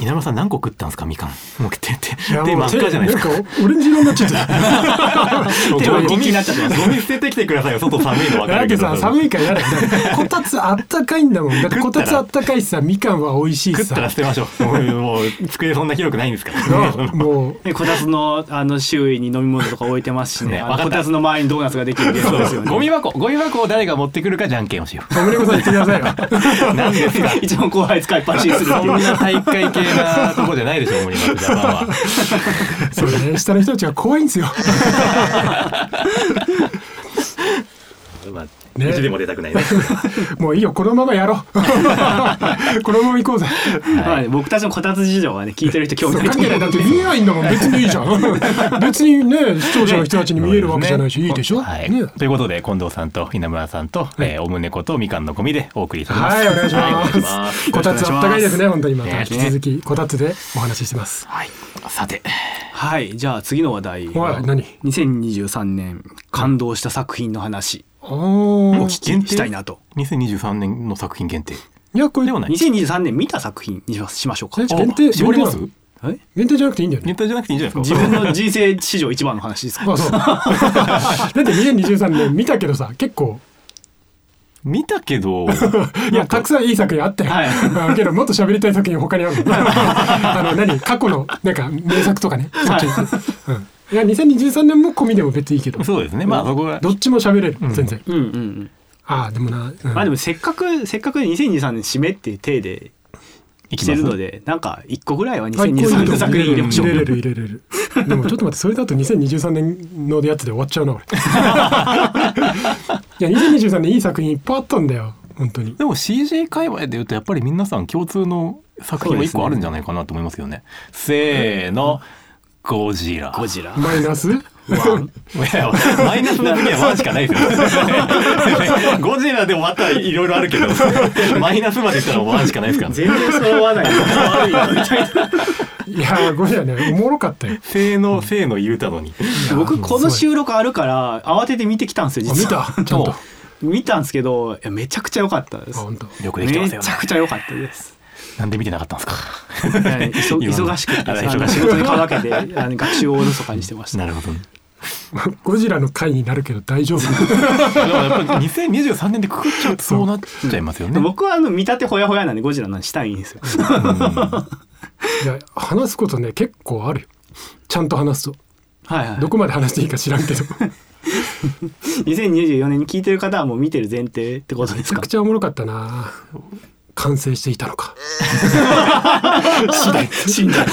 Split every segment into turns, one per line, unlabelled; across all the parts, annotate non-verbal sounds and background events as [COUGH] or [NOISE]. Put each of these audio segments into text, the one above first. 稲村さん何個食ったんですかみかん。もう手手
や
手
も
真
う
っ赤じゃないですか。
んかオレンジ色になっちゃった
[LAUGHS] 手
も
ゴ
う
ミ
ゴミ
になっちゃってます。ゴミ捨ててきてくださいよ。外寒いの分か
だっ
るけ
て
ど。
さ寒いから嫌だってこたつあったかいんだもんだってこたつあったかいしさみかんは美味しいし
食ったら
さ
捨てましょう。もうもう机 [LAUGHS] そんな広くないんですから。
なもう
でこたつのあの周囲に飲み物とか置いてますしね
ね
あ
わ
の
かっ
こ
た
たつの周りにドーナツができるんで
そうです
よ
よね。ゴミ箱、ゴミ箱を誰が持ってくるかじゃんけんをしよ
ごめんなさい言ってくださいよ
[LAUGHS] う。なんですか。
一番後輩使いっぱしにするって
そん
いう
な大会系なとこじゃないでしょ、森松ジャパンは。
そうだね下の人たちが怖いんですよ
まあ
ね
うちでも出たくないね。
もう [LAUGHS] いいよこのままやろうこのまま行こうぜ
はい、僕たちのこたつ事情はね聞いてる人興味
そう
ない
関
と
係な
思
いだ
う
って見えないんだもん別にいいじゃん別にね視聴者の人たちに見えるわけじゃないしいいでしょ、
はい
ね
ということで、近藤さんと稲村さんと、えーお胸子とみかんのゴミでお送りいたします。
はいお願いします,、
ます
こたつあったかいですね本当にまた
ね
引き続きこたつでお話ししてます
はい。さて、
はいじゃあ次の話題
はい何
2023年感動した作品の話
お
お
ー
聞きしたいなと
2023年の作品限定
いやこれ
ではない。
2023年見た作品にしましょうか
え限定
あ絞ります
限
え
限定じゃなくていいんだよね
ネタじゃなくていいんじゃないです
自
か。
分の人生史上一番の話ですか
あそうだって2023年見たけどさ結構
見たけど、
[LAUGHS]
いやたくさんいい作品あったよ、
はい
うん [LAUGHS] けどもっと喋りたい作品他にあるのあの何過去のなんか名作とかねそっち、うん、いや2023年も込みでも別にいいけど
そうですね。まあそこが。
どっちも喋れる、全然。
うんうんうん
ああ、でもな、うん
まあでもせっかくせっかく2023年締めっていう体で来てるのでなんか一個ぐらいは
あ一個いいとこ
2023年作品入れましょ
入れ
う
れる入れれる。でもちょっと待って、それだと2023年のやつで終わっちゃうな、俺。いや、2023年いい作品いっぱいあったんだよ、本当に。
でも CG 界隈で言うとやっぱり皆さん共通の作品は一
そうですね
個あるんじゃないかなと思いますけどね。せーの、ゴジラ。
ゴジラ
マイナス
ワン
いやマイナスの次はワンしかないですよ。
[LAUGHS]
ゴジラで終わったらいろいろあるけど、マイナスまでいったらワンしかないで
[LAUGHS]
すからね。
全然揃
[LAUGHS]
わない悪いなみたいない
や、ゴジラね、おもろかったよ。
せーの、せーの言うたのに。
僕この収録あるから慌てて見てきたんですよ
あ見
実
た
は、
ちゃんと。あ、
見たんですけどいやめちゃくちゃ良かったです
本当。
よくで
め
き
ち
てま
ゃ
すよね。
くちゃ良かったです
なんで見てなかったんですか。
[LAUGHS] はい忙
今の
忙しくて
あら
あの
忙し
仕
い
事にか
[LAUGHS]
わけてあの学習をおろそかにしてました
なるほど。で
ゴジラの回になるけど大丈夫。
もやっぱり2023年でくくっちゃうとそうなっちゃいますよね。
僕はあの見立てほやほやなんでゴジラなんしたいんです
[LAUGHS]
よ
いや、話すことね、結構あるよ。ちゃんと話すと。
はいはい
どこまで話していいか知らんけど。
2024年に聞いてる方はもう見てる前提ってことで
め
す
ち
[LAUGHS]
ゃ
か
くちゃおもろかったな完成していたのか
死んだ [LAUGHS]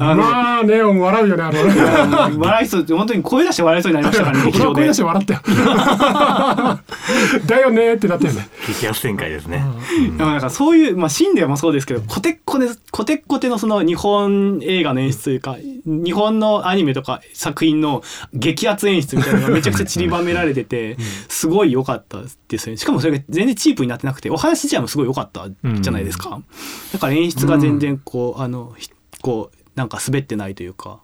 あの
まあね笑うよねあの
笑いそう本当に声出して笑いそうになりましたからね
[LAUGHS]
劇
俺は
場
声
で
出して笑ったよだよねってなったよね
激安展開ですね。
でもなんかそういう、まあ、シンデもそうですけど、コテッコテ、コテッコテのその日本映画の演出というか、日本のアニメとか作品の激アツ演出みたいなのがめちゃくちゃ散りばめられてて、すごい良かったですよね。しかもそれが全然チープになってなくて、お話自体もすごい良かったじゃないですか。だから演出が全然こう、あの、ひこう、なんか滑ってないというか。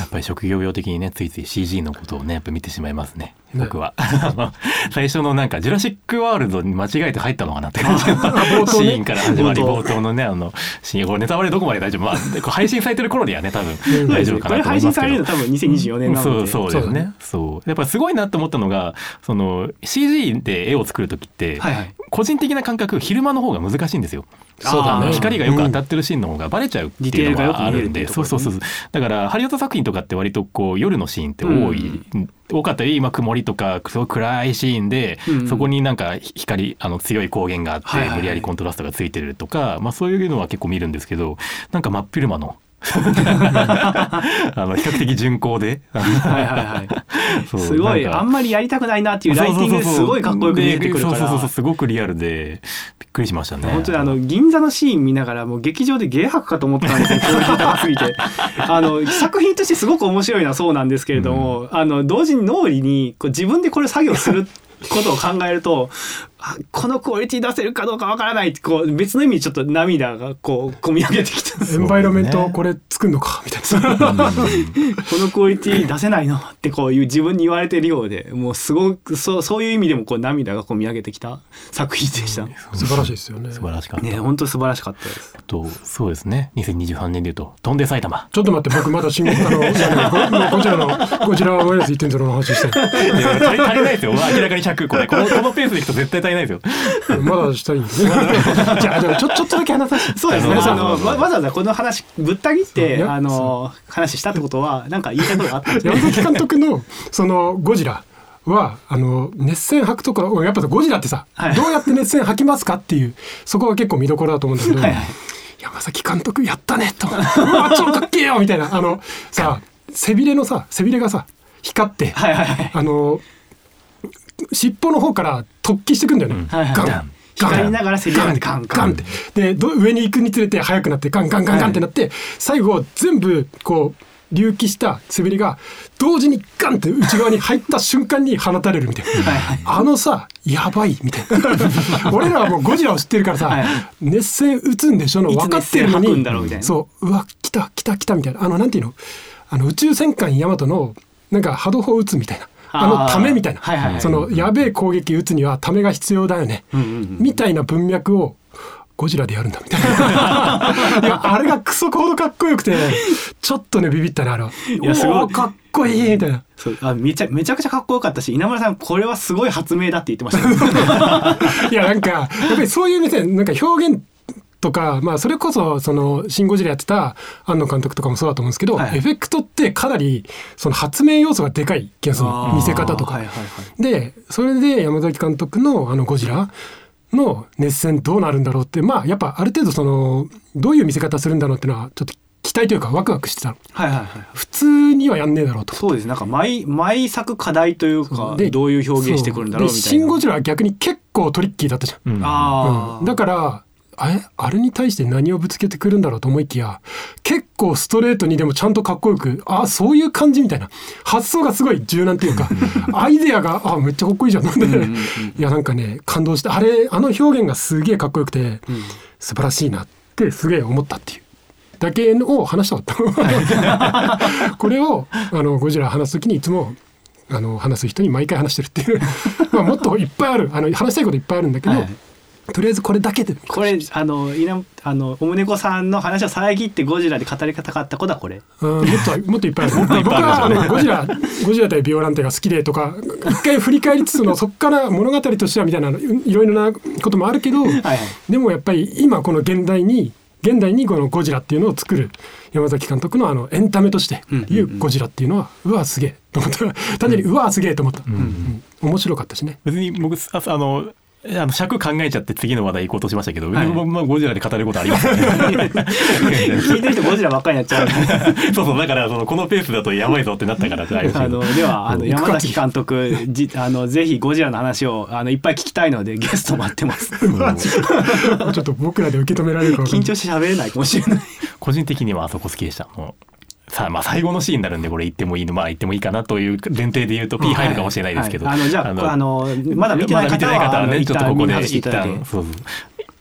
やっぱり職業病的にねついつい CG のことをねやっぱ見てしまいますね
ね
僕は [LAUGHS] あの最初のなんか「ジュラシック・ワールド」に間違えて入ったのかなって感 [LAUGHS] じの
冒頭ね
シーンから始まり
冒
冒頭のねあのシーンこれネタバレどこまで大丈夫まあこれ配信されてる頃にはね多分大丈夫か
これ
なと思
配
い
信
ます
され
け
る
ど
の。多分2024年なので。
そうそうですねそうやっぱすごいなと思ったのがその CG で絵を作る時って、
はいはい。
個人的な感覚昼間の方が難しいんですよ。
そうだね
あの光がよく当たってるシーンの方がバレちゃうっていうのがあるんで、
ディテールがよく見えるっていうとこ
そう
ろね
そうそうそうだからハリウッド作品とかって割とこう夜のシーンって多い、多かったり今曇りとかすごい暗いシーンで、
うん
そこになんか光あの強い光源があって、
はいはいはい
無理やりコントラストがついてるとか、まあ、そういうのは結構見るんですけどなんか真っ昼間
[LAUGHS]
のあの比較的順光
[LAUGHS]
で
はいはいはい。
[LAUGHS] そう
すごい
なんか
あんまりやりたくないなっていうライティングですごいかっこよく見えてくるか
そうそうそうそう
ら
すごくリアルでびっくりしましたね
本当にあの銀座のシーン見ながらもう劇場で芸博かと思ったんですよクオリティ高すぎ [LAUGHS] てあの作品としてすごく面白いのはそうなんですけれ [LAUGHS] ども、あの同時に脳裏にこう自分でこれ作業することを考えるとあこのクオリティ出せるかどうかわからないってこう別の意味でちょっと涙がこう込み上げて [LAUGHS] きたこ
エンバイロメントこれ作るのかみたいな
のクオリティ出せないのってこういう自分に言われてるようでもうすごくそうそういう意味でもこう涙が込み上げてきた作品でした。
素晴らしいですよね
素晴らしかった、
ね本当素晴らしかったです。
とそうですね2023年でいうと「飛んで埼玉
ちょっと待って僕まだ新あのごゴジラのゴジラワイヤレス1.0の話して」
いや足り足りないですよ明らかに100これこのこのペースでいくと絶対足りないですよ
るまだしたいんですねじゃあでもちょちょっとだけ話させて
そうですね。
あの
あのわわざわざこの話ぶった切っ
そうい
て
や
あの話したってことはなんか言いたいことがあった
[LAUGHS]
んですね。
山崎監督のそのゴジラはあの熱線吐くところやっぱゴジラってさ、
はい
どうやって熱線吐きますかっていうそこが結構見どころだと思うんだけど、
はいはい
山崎監督やったねとうわ超かっけえよみたいなあのさ背びれのさ背びれがさ光って、
はいはいはい。
あの尻尾の方から突起してくんだよね、
はいはい
ガン
ン
ダ
ガン
光りながら背びれが
ガ
ガ
ン
ン
ガンってでど上に行くにつれて速くなってガンガンガンガンってなって、最後全部こう隆起した背びれが同時にガンって内側に入った瞬間に放たれるみたいな。
はいはい
あのさやばいみたい
[LAUGHS]
な俺らはもうゴジラを知ってるからさ、
はい
熱戦打つんでしょの分かってるの
いつ熱線吐く
に
んだろうみたいな
そううわ来た来た来たみたいなあのなんていうのあの宇宙戦艦ヤマトのなんか波動砲打つみたいなあのためみたいな、
はいはいはい
そのやべえ攻撃打つにはためが必要だよね、
んうん
みたいな文脈をゴジラでやるんだみ
[LAUGHS]
たいないやあれがクソほどかっこよくてちょっとねビビったねあれはい
やすごい
おーかっこいいみたいな
そうあめちゃめちゃくちゃかっこよかったし稲村さんこれはすごい発明だって言ってました
[LAUGHS]
ね、
いやなんかやっぱりそういう目線なんか表現とか、まあ、それこそその「シン・ゴジラ」やってた庵野監督とかもそうだと思うんですけど、
はい
エフェクトってかなりその発明要素がでかい気がするの見せ方とか。
はいはいはい
でそれで山崎監督の「あのゴジラ」の熱戦どうなるんだろうってまあやっぱある程度そのどういう見せ方するんだろうっていうのはちょっと期待というかワクワクしてたの
はいはいはい
普通にはやんねえだろうと
そうですなんか毎毎作課題というか
で
どういう表現してくるんだろうみたいな
でシン・ゴジラは逆に結構トリッキーだったじゃん
うん
ああ、
うんだからあれあれに対して何をぶつけてくるんだろうと思いきや結構ストレートにでもちゃんとかっこよくあそういう感じみたいな発想がすごい柔軟っていうかアイデアがあめっちゃかっこいいじゃんなんで、 [LAUGHS] いやなんかね感動してあれあの表現がすげえかっこよくて素晴らしいなってすげえ思ったっていう。だけを話した [LAUGHS] かった。これをあのゴジラ話すときにいつもあの話す人に毎回話してるって [LAUGHS] いう。まあもっといっぱいある。あの話したいこといっぱいあるんだけど、
はい
とりあえずこれだけで。
これあの稲あのおむねこさんの話を遮ってゴジラで語りたかったことはこれ
うん、もっ [LAUGHS] ともっといっぱいある。僕はあのゴジラゴジラ対ビオランテが好きでとか一回振り返りつつのそこから物語としてはみたいなうんいろいろなこともあるけど、
はい
でもやっぱり今この現代に現代にこのゴジラっていうのを作る山崎監督のあのエンタメとしていうゴジラっていうのはうわすげえと思った。単純にうわすげえと思った。うん面白かったしね。 [LAUGHS]
別に僕ああのあの尺考えちゃって次の話題行こうとしましたけど、
はい
僕もまあゴジラで語ることあります
[LAUGHS]
ね [LAUGHS]
聞いてる人ゴジラばっかりになっちゃう
そうそうだからそのこのペースだとやばいぞってなったからじゃあ
あの
[LAUGHS]
ではあの
行くか
山崎監督じ [LAUGHS] あのぜひゴジラの話をあのいっぱい聞きたいのでゲスト待って
[LAUGHS]
ます
ちょっと僕らで受け止められるかわかん
緊
ない
張して喋れないかもしれない
個人的にはあそこ好きでしたもうさあまあ最後のシーンになるんでこれ言ってもいいのまあ言ってもいいかなという前提で言うと P 入るかもしれないですけど、
はいはいあのじゃあこれあのまだ見てない
まだ見て
方
ない方は
は
ねちょっとここで一
一旦
旦そうそう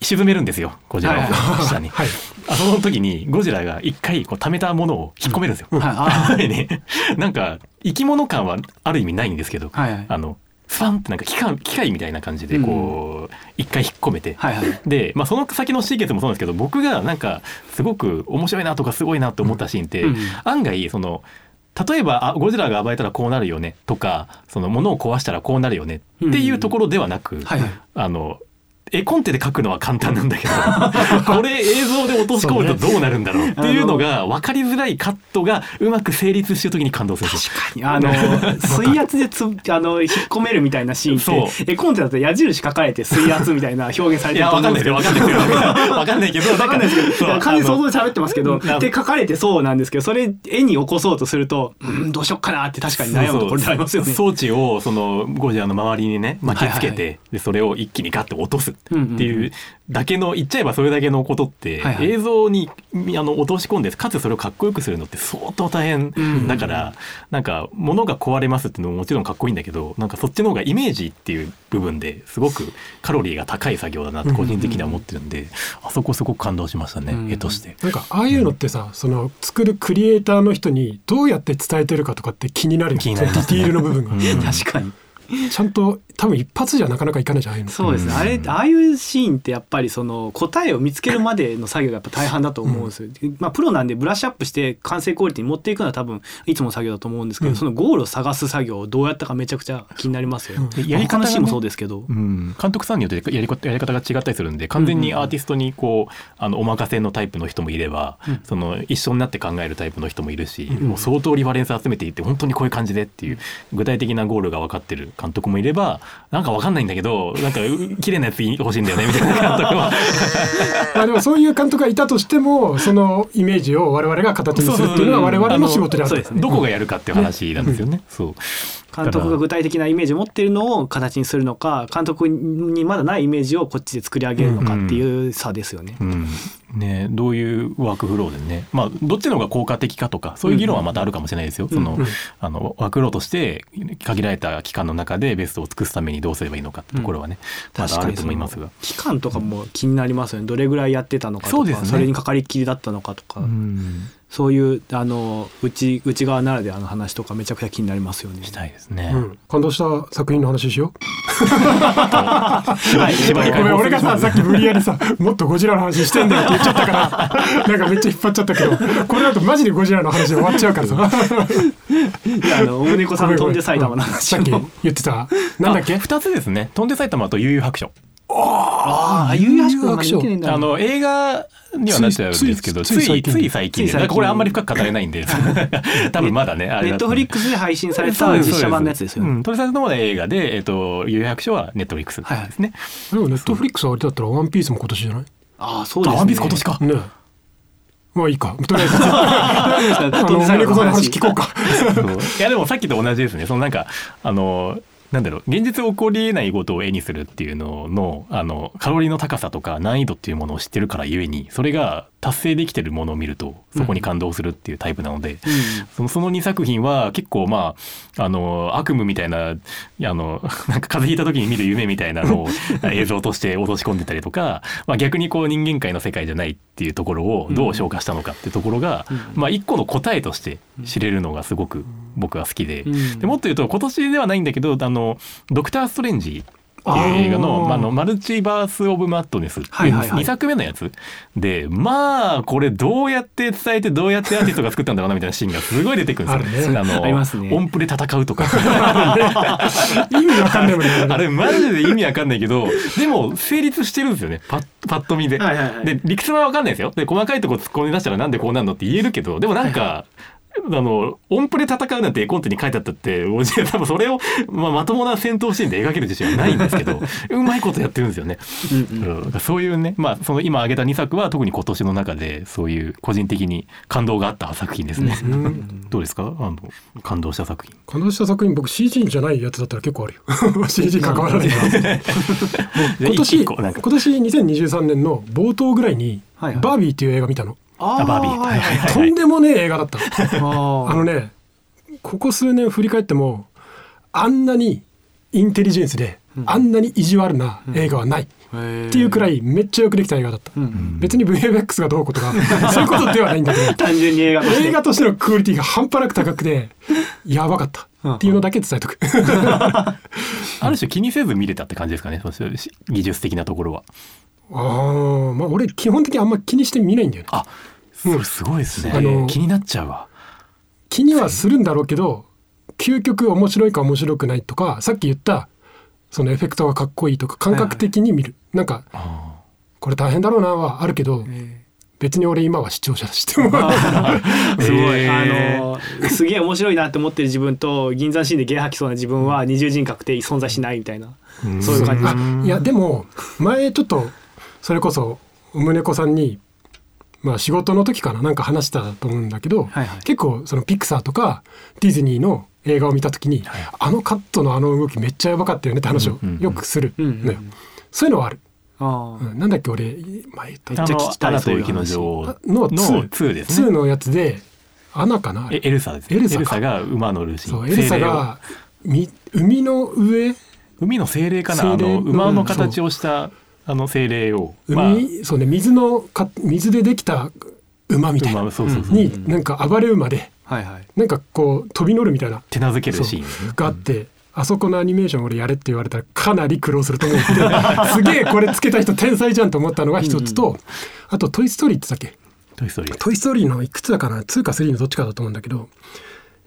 沈めるんですよゴジラ
はい
を下に、
はい
あその時にゴジラが一回こう溜めたものを引っ込めるんですよ、
はいあ
あれ [LAUGHS] ねなんか生き物感はある意味ないんですけど、
はいはい
あのスパンってなんか機械機械みたいな感じでこう一、回引っ込めて、
はいはい
で、まあ、その先のシーケンスもそうなんですけど僕がなんかすごく面白いなとかすごいなと思ったシーンって、
うんうん
案外その例えばあゴジラが暴れたらこうなるよねとかその物を壊したらこうなるよねっていうところではなく、
はいはい
あの絵コンテで描くのは簡単なんだけど [LAUGHS] これ映像で落とし込むとどうなるんだろうっていうのが分かりづらいカットがうまく成立してる時に感動するんですよ
あの水圧でつ [LAUGHS] あの引っ込めるみたいなシーンっ
そ
て絵コンテだと矢印書かれて水圧みたいな表現され
い
てる
や
と
分
思
か
うんん
な
で
いで
す
す
け
よ
ど
分かんないですよ分かんないけど
[LAUGHS]
だ
わかんないですけ
そう
ど完全
あ
に
の
想像で喋ってますけど
な
で書かれてそうなんですけどそれ絵に起こそうとするとうんどうしよっかなって確かに悩むところでありますよね。
そうそう装置をそのゴジラの周りにね巻きつけて、
はいはい
でそれを一気にガッと落とすっっていうだけの言っちゃえばそれだけのことって
はいはい
映像にみあの落とし込んでかつそれをかっこよくするのって相当大
うん
変だからなんか物が壊れますっていうのももちろんかっこいいんだけどなんかそっちの方がイメージっていう部分ですごくカロリーが高い作業だなって個人的には思ってるんであそこすごく感動しましたね
うん
絵として。
なんかああいうのってさ、その作るクリエイターの人にどうやって伝えてるかとかって気になるよ
気になり
そ
ま
の
す
ディ
ね
ティールの部分が、
うん
確かに
ちゃんと多分一発じゃなかなかいかないじゃんああいうの
そうですね、
うん
あれああいうシーンってやっぱりその答えを見つけるまでの作業がやっぱ大半だと思うんですよ、まあ、プロなんでブラッシュアップして完成クオリティに持っていくのは多分いつもの作業だと思うんですけど、
うん
そのゴールを探す作業をどうやったかめちゃくちゃ気になりますよ、
うん
で
やり方の
がね
シーンもそうですけど、
うん、監督さんによってやり方やり方が違ったりするんで完全にアーティストにこうあのお任せのタイプの人もいれば、
うん
その一緒になって考えるタイプの人もいるし、
うん
もう相当リファレンス集めていって本当にこういう感じでっていう具体的なゴールが分かってる監督もいればなんか分かんないんだけどなんかう綺麗なやつ欲しいんだよねみたいな監督
[LAUGHS]
は
まあでもそういう監督がいたとしてもそのイメージを我々が形にするっていうのは我々の仕事である
そうですね
どこがやるかっていう話なんですよね。そう
監督が具体的なイメージを持ってるのを形にするのか監督にまだないイメージをこっちで作り上げるのかっていう差ですよね。
うんね、どういうワークフローでね、まあ、どっちの方が効果的かとかそういう議論はまたあるかもしれないですよ、
うん
その
うん
あのワークフローとして限られた期間の中でベストを尽くすためにどうすればいいのかってところはね、
うん
まだある
確かに
と思いますが。
期間とかも気になりますよねどれぐらいやってたのかとか
そ
そ,、
うですね
れにかかりっきりだったのかとか、
うん
そういうあの内内側ならではの話とかめちゃくちゃ気になりますよね。
したいですね。
うん、感動した作品の話しよ
はい、
う。ごめん、俺がさ、さっき無理やりさ、もっとゴジラの話してんだよって言っちゃったから、 [LAUGHS] なんかめっちゃ引っ張っちゃったけど、これだとマジでゴジラの話で終わっちゃうから
[LAUGHS]
さ。
であのお胸子さん飛んで埼玉の話
さっき言ってた、なんだっけ
あ二つですね。飛んで埼玉と悠々白書。
ああ
悠々
悠々白書
白書
見てねえんだ
あの映画にはなっちゃうんですけど、
つ
つ
い
い
つい
つい
つ
最近
い
つい最近
で、なんかこれあんまり深く語れないんで、 [LAUGHS] 多分まだね、あれ
ネ
だ
ッ
と
ト
思う
フリックスで配信された実写版のやつですよね。
うん、鳥さんの方で映画で、えっ、と、有白書はネットフリックスですね。
でもネットフリックスはあれだったらワンピースも今年じゃない
ああそうですね。
あワンピース今年か。
ねえまあいいか。とりあえ
[LAUGHS]
ず、
そうです
あ
ね
の、
飛んで
おめ
埼
で
玉
こさん
の
の話聞
話
こう
[LAUGHS]
か。
[LAUGHS] いやでもさっきと同じですね。そのなんかあのなんだろう現実起こりえないことを絵にするっていうののあのカロリーの高さとか難易度っていうものを知ってるからゆえにそれが達成できてるものを見るとそこに感動するっていうタイプなので、そのその2作品は結構まああの悪夢みたいなあの [LAUGHS] なんか風邪ひいた時に見る夢みたいな
[LAUGHS]
のを映像として落とし込んでたりとか、まあ、逆にこう人間界の世界じゃないっていうところをどう消化したのかっていうところが、
うん
まあ、一個の答えとして知れるのがすごく僕は好きで,、
うん
でもっと言うと今年ではないんだけど「あのドクター・ストレンジ」って
あー
いう映画のまああのマルチバース・オブ・マットネスって
はいいうはいはい
2作目のやつでまあこれどうやって伝えてどうやってアーティストが作ったんだろうなみたいなシーンがすごい出てくるんですよ。
ある
の
ありますね
音符で戦うと
[LAUGHS]
か
意味わかんないもんね。
あれマジで意味わかんないけどでも成立してるんですよねパッパッと見で。
はいはいはい
で理屈はわかんないですよ。で細かいとこ突っ込んで出したらなんでこうなるのって言えるけどでもなんか。あの音符で戦うなんて絵コンテに書いてあったってもう多分それを、まあ、まともな戦闘シーンで描ける自信はないんですけ
[LAUGHS]
どうまいことやってるんですよね。
うんうん
うんそういうね、まあ、その今挙げた2作は特に今年の中でそういう個人的に感動があった作品ですね。
うん
どうですかあの感動した作品。
感動した作品僕 CG じゃないやつだったら結構あるよ
[LAUGHS]
CG 関わらないから今年
一個な
今
んか
年2023年の冒頭ぐらいに「
は
バ
いはい
ービー」っていう映画見たの、
あ
あバービー
はいはい
はい
とんでもねえ映画だったの
[LAUGHS]
あ
あ
のねここ数年振り返ってもあんなにインテリジェンスで、あんなに意地悪な映画はない、
ー
っていうくらいめっちゃよくできた映画だった、
うんうん
別に VFX がどうこうと
[LAUGHS]
かそういうことではないんだけど
単純に映画として
映画としてのクオリティが半端なく高くてやばかったっていうのだけ伝えとく [LAUGHS]
ある種気にせず見れたって感じですかねそのし技術的なところは。
ああまあ俺基本的にあんま気にして見ないんだよね
あそれすごいですね、
あの
気になっちゃうわ。
気にはするんだろうけど究極面白いか面白くないとかさっき言ったそのエフェクトがかっこいいとか感覚的に見る、なんか
あ
これ大変だろうなはあるけど、
え
別に俺今は視聴者として
[LAUGHS]
も
ー
すごい、
えー
あのすげえ面白いなって思ってる自分と銀山シーンでゲー吐きそうな自分は二重人格で存在しないみたいな、
うん
そういう感じ
あいやでも前ちょっとそれこそ宗子さんにまあ仕事の時かななんか話したと思うんだけど、
はいはい
結構そのピクサーとかディズニーの映画を見た時に、あのカットのあの動きめっちゃやばかったよねって話を
うんうんうん
よくするのよ、
うんうんうん
そういうのはある
あ
う
あ、
ん、なんだっけ俺前言った
めっちゃ聞きたい
あのアナと
そういう話
雪の女王
の
の
2
2です
2
ね。
のやつでアナかなあれ
えエルサですね。
エルサか
が馬乗るシーン。
そうエルサ
精霊を
がみ海の上
海の精霊かな
精霊
あの
うん
馬の形をしたあの精霊を、
海、
まあ、
そうね水のか水でできた馬みたいな
馬そうそうそう、
うん
になんか暴れ馬で
はいはい。
なんかこう飛び乗るみたいな
手なずけるシーンですね
があって、あそこのアニメーション俺やれって言われたらかなり苦労すると思って
[LAUGHS]
すげえこれつけた人天才じゃんと思ったのが一つと、あと「トイ・ストーリー」って言ったっけ
トイストーリー
トイ・ストーリーのいくつだかな2か3のどっちかだと思うんだけど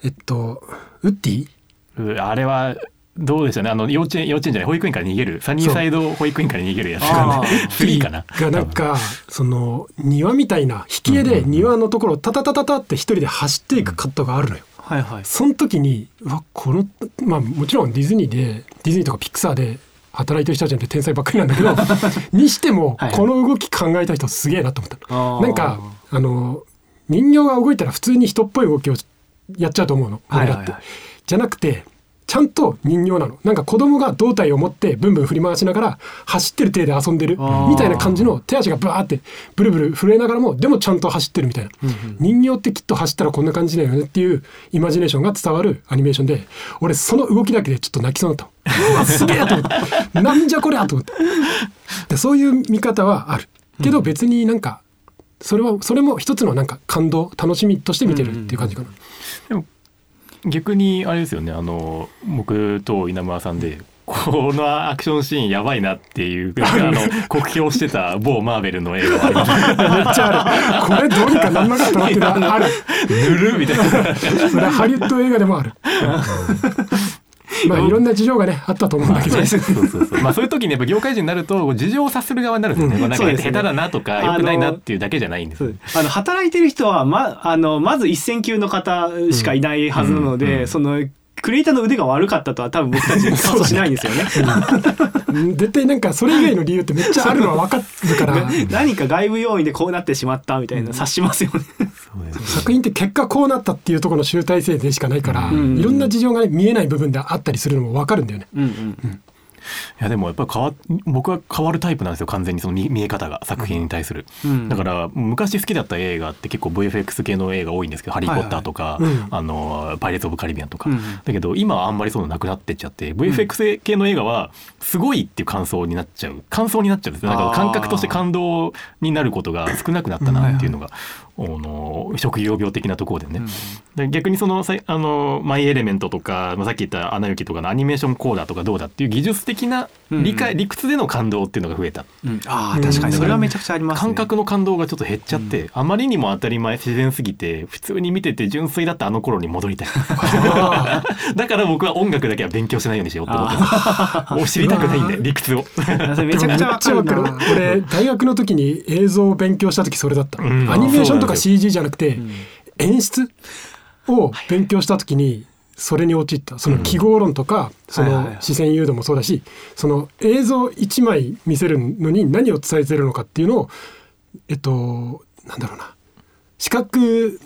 えっとウッディ
うあれはどうでしたねあの幼稚園幼稚園じゃない保育園から逃げるサニーサイド保育園から逃げるやつ
あ
が
あ
ね [LAUGHS] フリーかな
がなんかその庭みたいな引き絵で庭のところをタタタタタって一人で走っていくカットがあるのよ。
はいはい。
その時にうわこのまあもちろんディズニーでディズニーとかピクサーで働いてる人たちなんて天才ばっかりなんだけ
[LAUGHS]
どにしても
はい
この動き考えた人すげえなと思った
あ
の。
ー
なんかあの人形が動いたら普通に人っぽい動きをやっちゃうと思うの
はい
俺
はい
だ
は
っ
い
て。じゃなくてちゃんと人形なのなんか子供が胴体を持ってブンブン振り回しながら走ってる体で遊んでる
あー
みたいな感じの手足がバーってブルブル震えながらもでもちゃんと走ってるみたいな、人形ってきっと走ったらこんな感じだよねっていうイマジネーションが伝わるアニメーションで俺その動きだけでちょっと泣きそうになったのうわすげえと思ってなんじゃこりゃと思ってでそういう見方はあるけど別になんかそれはそれも一つのなんか感動楽しみとして見てるっていう感じかな、
でも逆にあれですよねあの僕と稲村さんでこのアクションシーンやばいなっていう [LAUGHS] あの酷評してた某マーベルの映画があります
めっちゃある。これどうにかなんなかったなっていうのはある。
[LAUGHS] ぬるみたいな
[LAUGHS] それはハリウッド映画でもある。まあいろんな事情がねあったと思うんだけど。
そうそうそうまあそういう時にやっぱ業界人になると事情を察する側になるんですよね、まあなんか
そう
下
です
手
ね
だなとか良くないなっていうだけじゃないんです
そ
よ
う [LAUGHS] あの働いてる人はまあのまず一線級の方しかいないはずなので、
うんうん
そのクリエイターの腕が悪かったとは多分僕たち [LAUGHS] 感想しないんですよね。 [LAUGHS]
絶対なんかそれ以外の理由ってめっちゃあるのは分かるから。
何か外部要因でこうなってしまったみたいな察しますよね。
そうです
作品って結果こうなったっていうところの集大成でしかないから、
うん
いろんな事情が、ね、見えない部分であったりするのも分かるんだよね。
うんうん、
いやでもやっぱり変わ僕は変わるタイプなんですよ完全にその見見え方が作品に対する、
うん
だから昔好きだった映画って結構 VFX 系の映画多いんですけど「ハリー・ポッター」とか「
はいはいうん
あのパイレーツ・オブ・カリビアン」とか、
うん
だけど今はあんまりそういうのなくなってっちゃって VFX 系の映画はすごいっていう感想になっちゃう感想になっちゃうんですよだから感覚として感動になることが少なくなったなっていうのが、あの職業病的なところでね、で逆にそのさいあのマイ・エレメントとか、まあ、さっき言った「アナ雪」とかのアニメーションコーダーとかどうだっていう技術的な理解、
うんうん
理屈での感動っていうのが増えた、
うん、ああ確かにそれはめちゃくちゃあります、ね、
感覚の感動がちょっと減っちゃって、あまりにも当たり前自然すぎて普通に見てて純粋だったあの頃に戻
[LAUGHS]
りたいだから僕は音楽だけは勉強しないようにしようって思って
[LAUGHS]
ますもう知りたくないんで理屈を
めちゃくちゃわかるな。
俺大学の時に映像を勉強した時それだった、
うん
アニメーションとか
そ
CG じゃなくて、演出を勉強した時にそれに陥ったその記号論とか、そ
はいはい
の
はい
視線誘導もそうだしその映像1枚見せるのに何を伝えてるのかっていうのをえっとなんだろうな視覚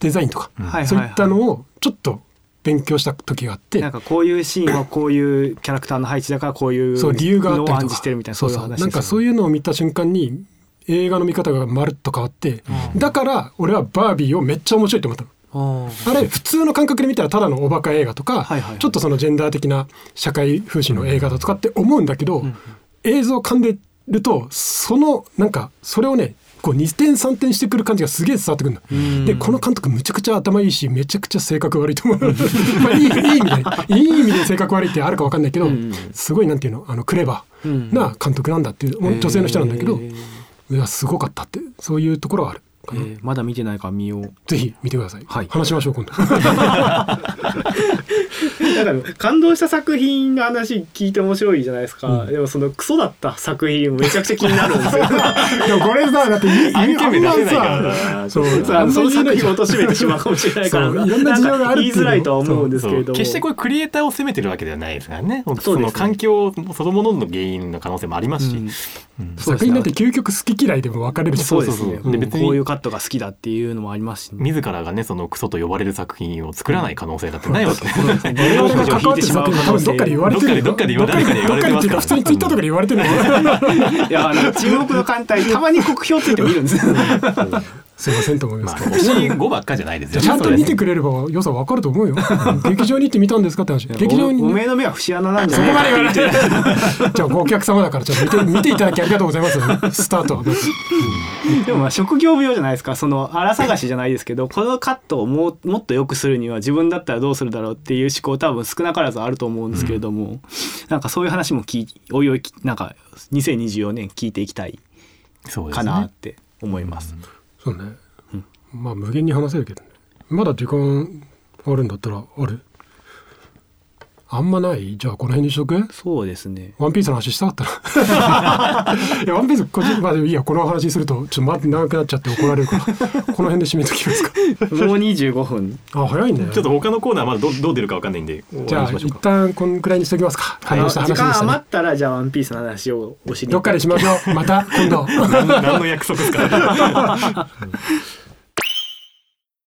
デザインとか、
はい
そういったのをちょっと勉強した時があって、
なんかこういうシーンはこういうキャラクターの配置だからこういう
そう理由があ
の
っ
を
た
暗
りと
示
か
してるみたいな
そう
いう
そう
話
なんかそう
いう
いうのを見た瞬間に映画の見方がまるっと変わって、だから俺はバービーをめっちゃ面白いと思ったの。あれ普通の感覚で見たらただのおバカ映画とか、
はいはいはい
ちょっとそのジェンダー的な社会風刺の映画だとかって思うんだけど、映像を噛んでるとそのなんかそれをねこう2点3点してくる感じがすげえ伝わってくるの。でこの監督むちゃくちゃ頭いいしめちゃくちゃ性格悪いと思う [LAUGHS] まあいいいい意味でねいい意味で性格悪いってあるか分かんないけど、すごいなんていうのあのクレバーな監督なんだっていう、もう女性の人なんだけど、いやすごかったってそういうところはあるかな、
まだ見てないから見よう
ぜひ見てください、
はい
話しましょう今度。
なんか感動した作品の話聞いて面白いじゃないですか、でもそのクソだった作品めちゃくちゃ気になるんですよ
でもこれさだっていい
案件名出せないからな
[LAUGHS] そう
そう
あ
あ
ん
の
ま
その
り言えな
作
いじゃん
品を貶めてしまうかもしれないから
そういろんな事情があるって
言
い
いう
の
づらいとは思うんですけれども
決してこれクリエイターを責めてるわけではないですからねそ
そうですね
の環境そのものの原因の可能性もありますし、
うん
うん
作品なんて究極好き嫌いでも分かれるじゃん
そうです
そう
ね
そうそうで
うん
別に
こういう方ットが好きだっていうのもありますし、
自らがねそのクソと呼ばれる作品を作らない可能性だってないわけね。
我
我
々が関わってる作品多分どっかで言われてる
どっかでどっかで
どっかで
言われてますから
どっかでっていうか普通にツイッターとかで言われてるの
[LAUGHS]
いやあ
[LAUGHS]
の沈黙の艦隊たまに酷評ついて見るんですよ
すいませんと思いま
まあ
すけど
星五ばっかじゃないですよね。
ちゃんと見て
く
くれれば良さ分かると思うよ劇場に行って見たんですかって話 [LAUGHS] 劇場に
おおめえの目は節穴なんじゃ
そこまで言わ
な
れ
い
てる [LAUGHS] じゃあお客様だからちょっと見て見ていただきありがとうございますスタートは
でもまあ職業病じゃないですかその荒探しじゃないですけどこのカットをもうもっと良くするには自分だったらどうするだろうっていう思考多分少なからずあると思うんですけれども、なんかそういう話も聞いおいおいなんか2024年聞いていきたい
そうです
か
ね
なって思います。
そうね、まあ無限に話せるけどねまだ時間あるんだったらあれあんまないじゃあこの辺にしとく
そうですね
ワンピースの話したかったないやワンピース個人まあいいやこの話するとちょっと待って長くなっちゃって怒られるからこの辺で締めときますか
もう25分
[LAUGHS] あ早いね
ちょっと他のコーナーまだどどう出るかわかんないんで終わ
じゃあ
りにしまし
一
ょうか。
旦このくらいにしときますか、
あ
話
の
した
時
話でし
間
た
余
ね
ったらじゃあ「ワンピースの話をお知り
どっかでしましょうまた今度
何の約束ですか。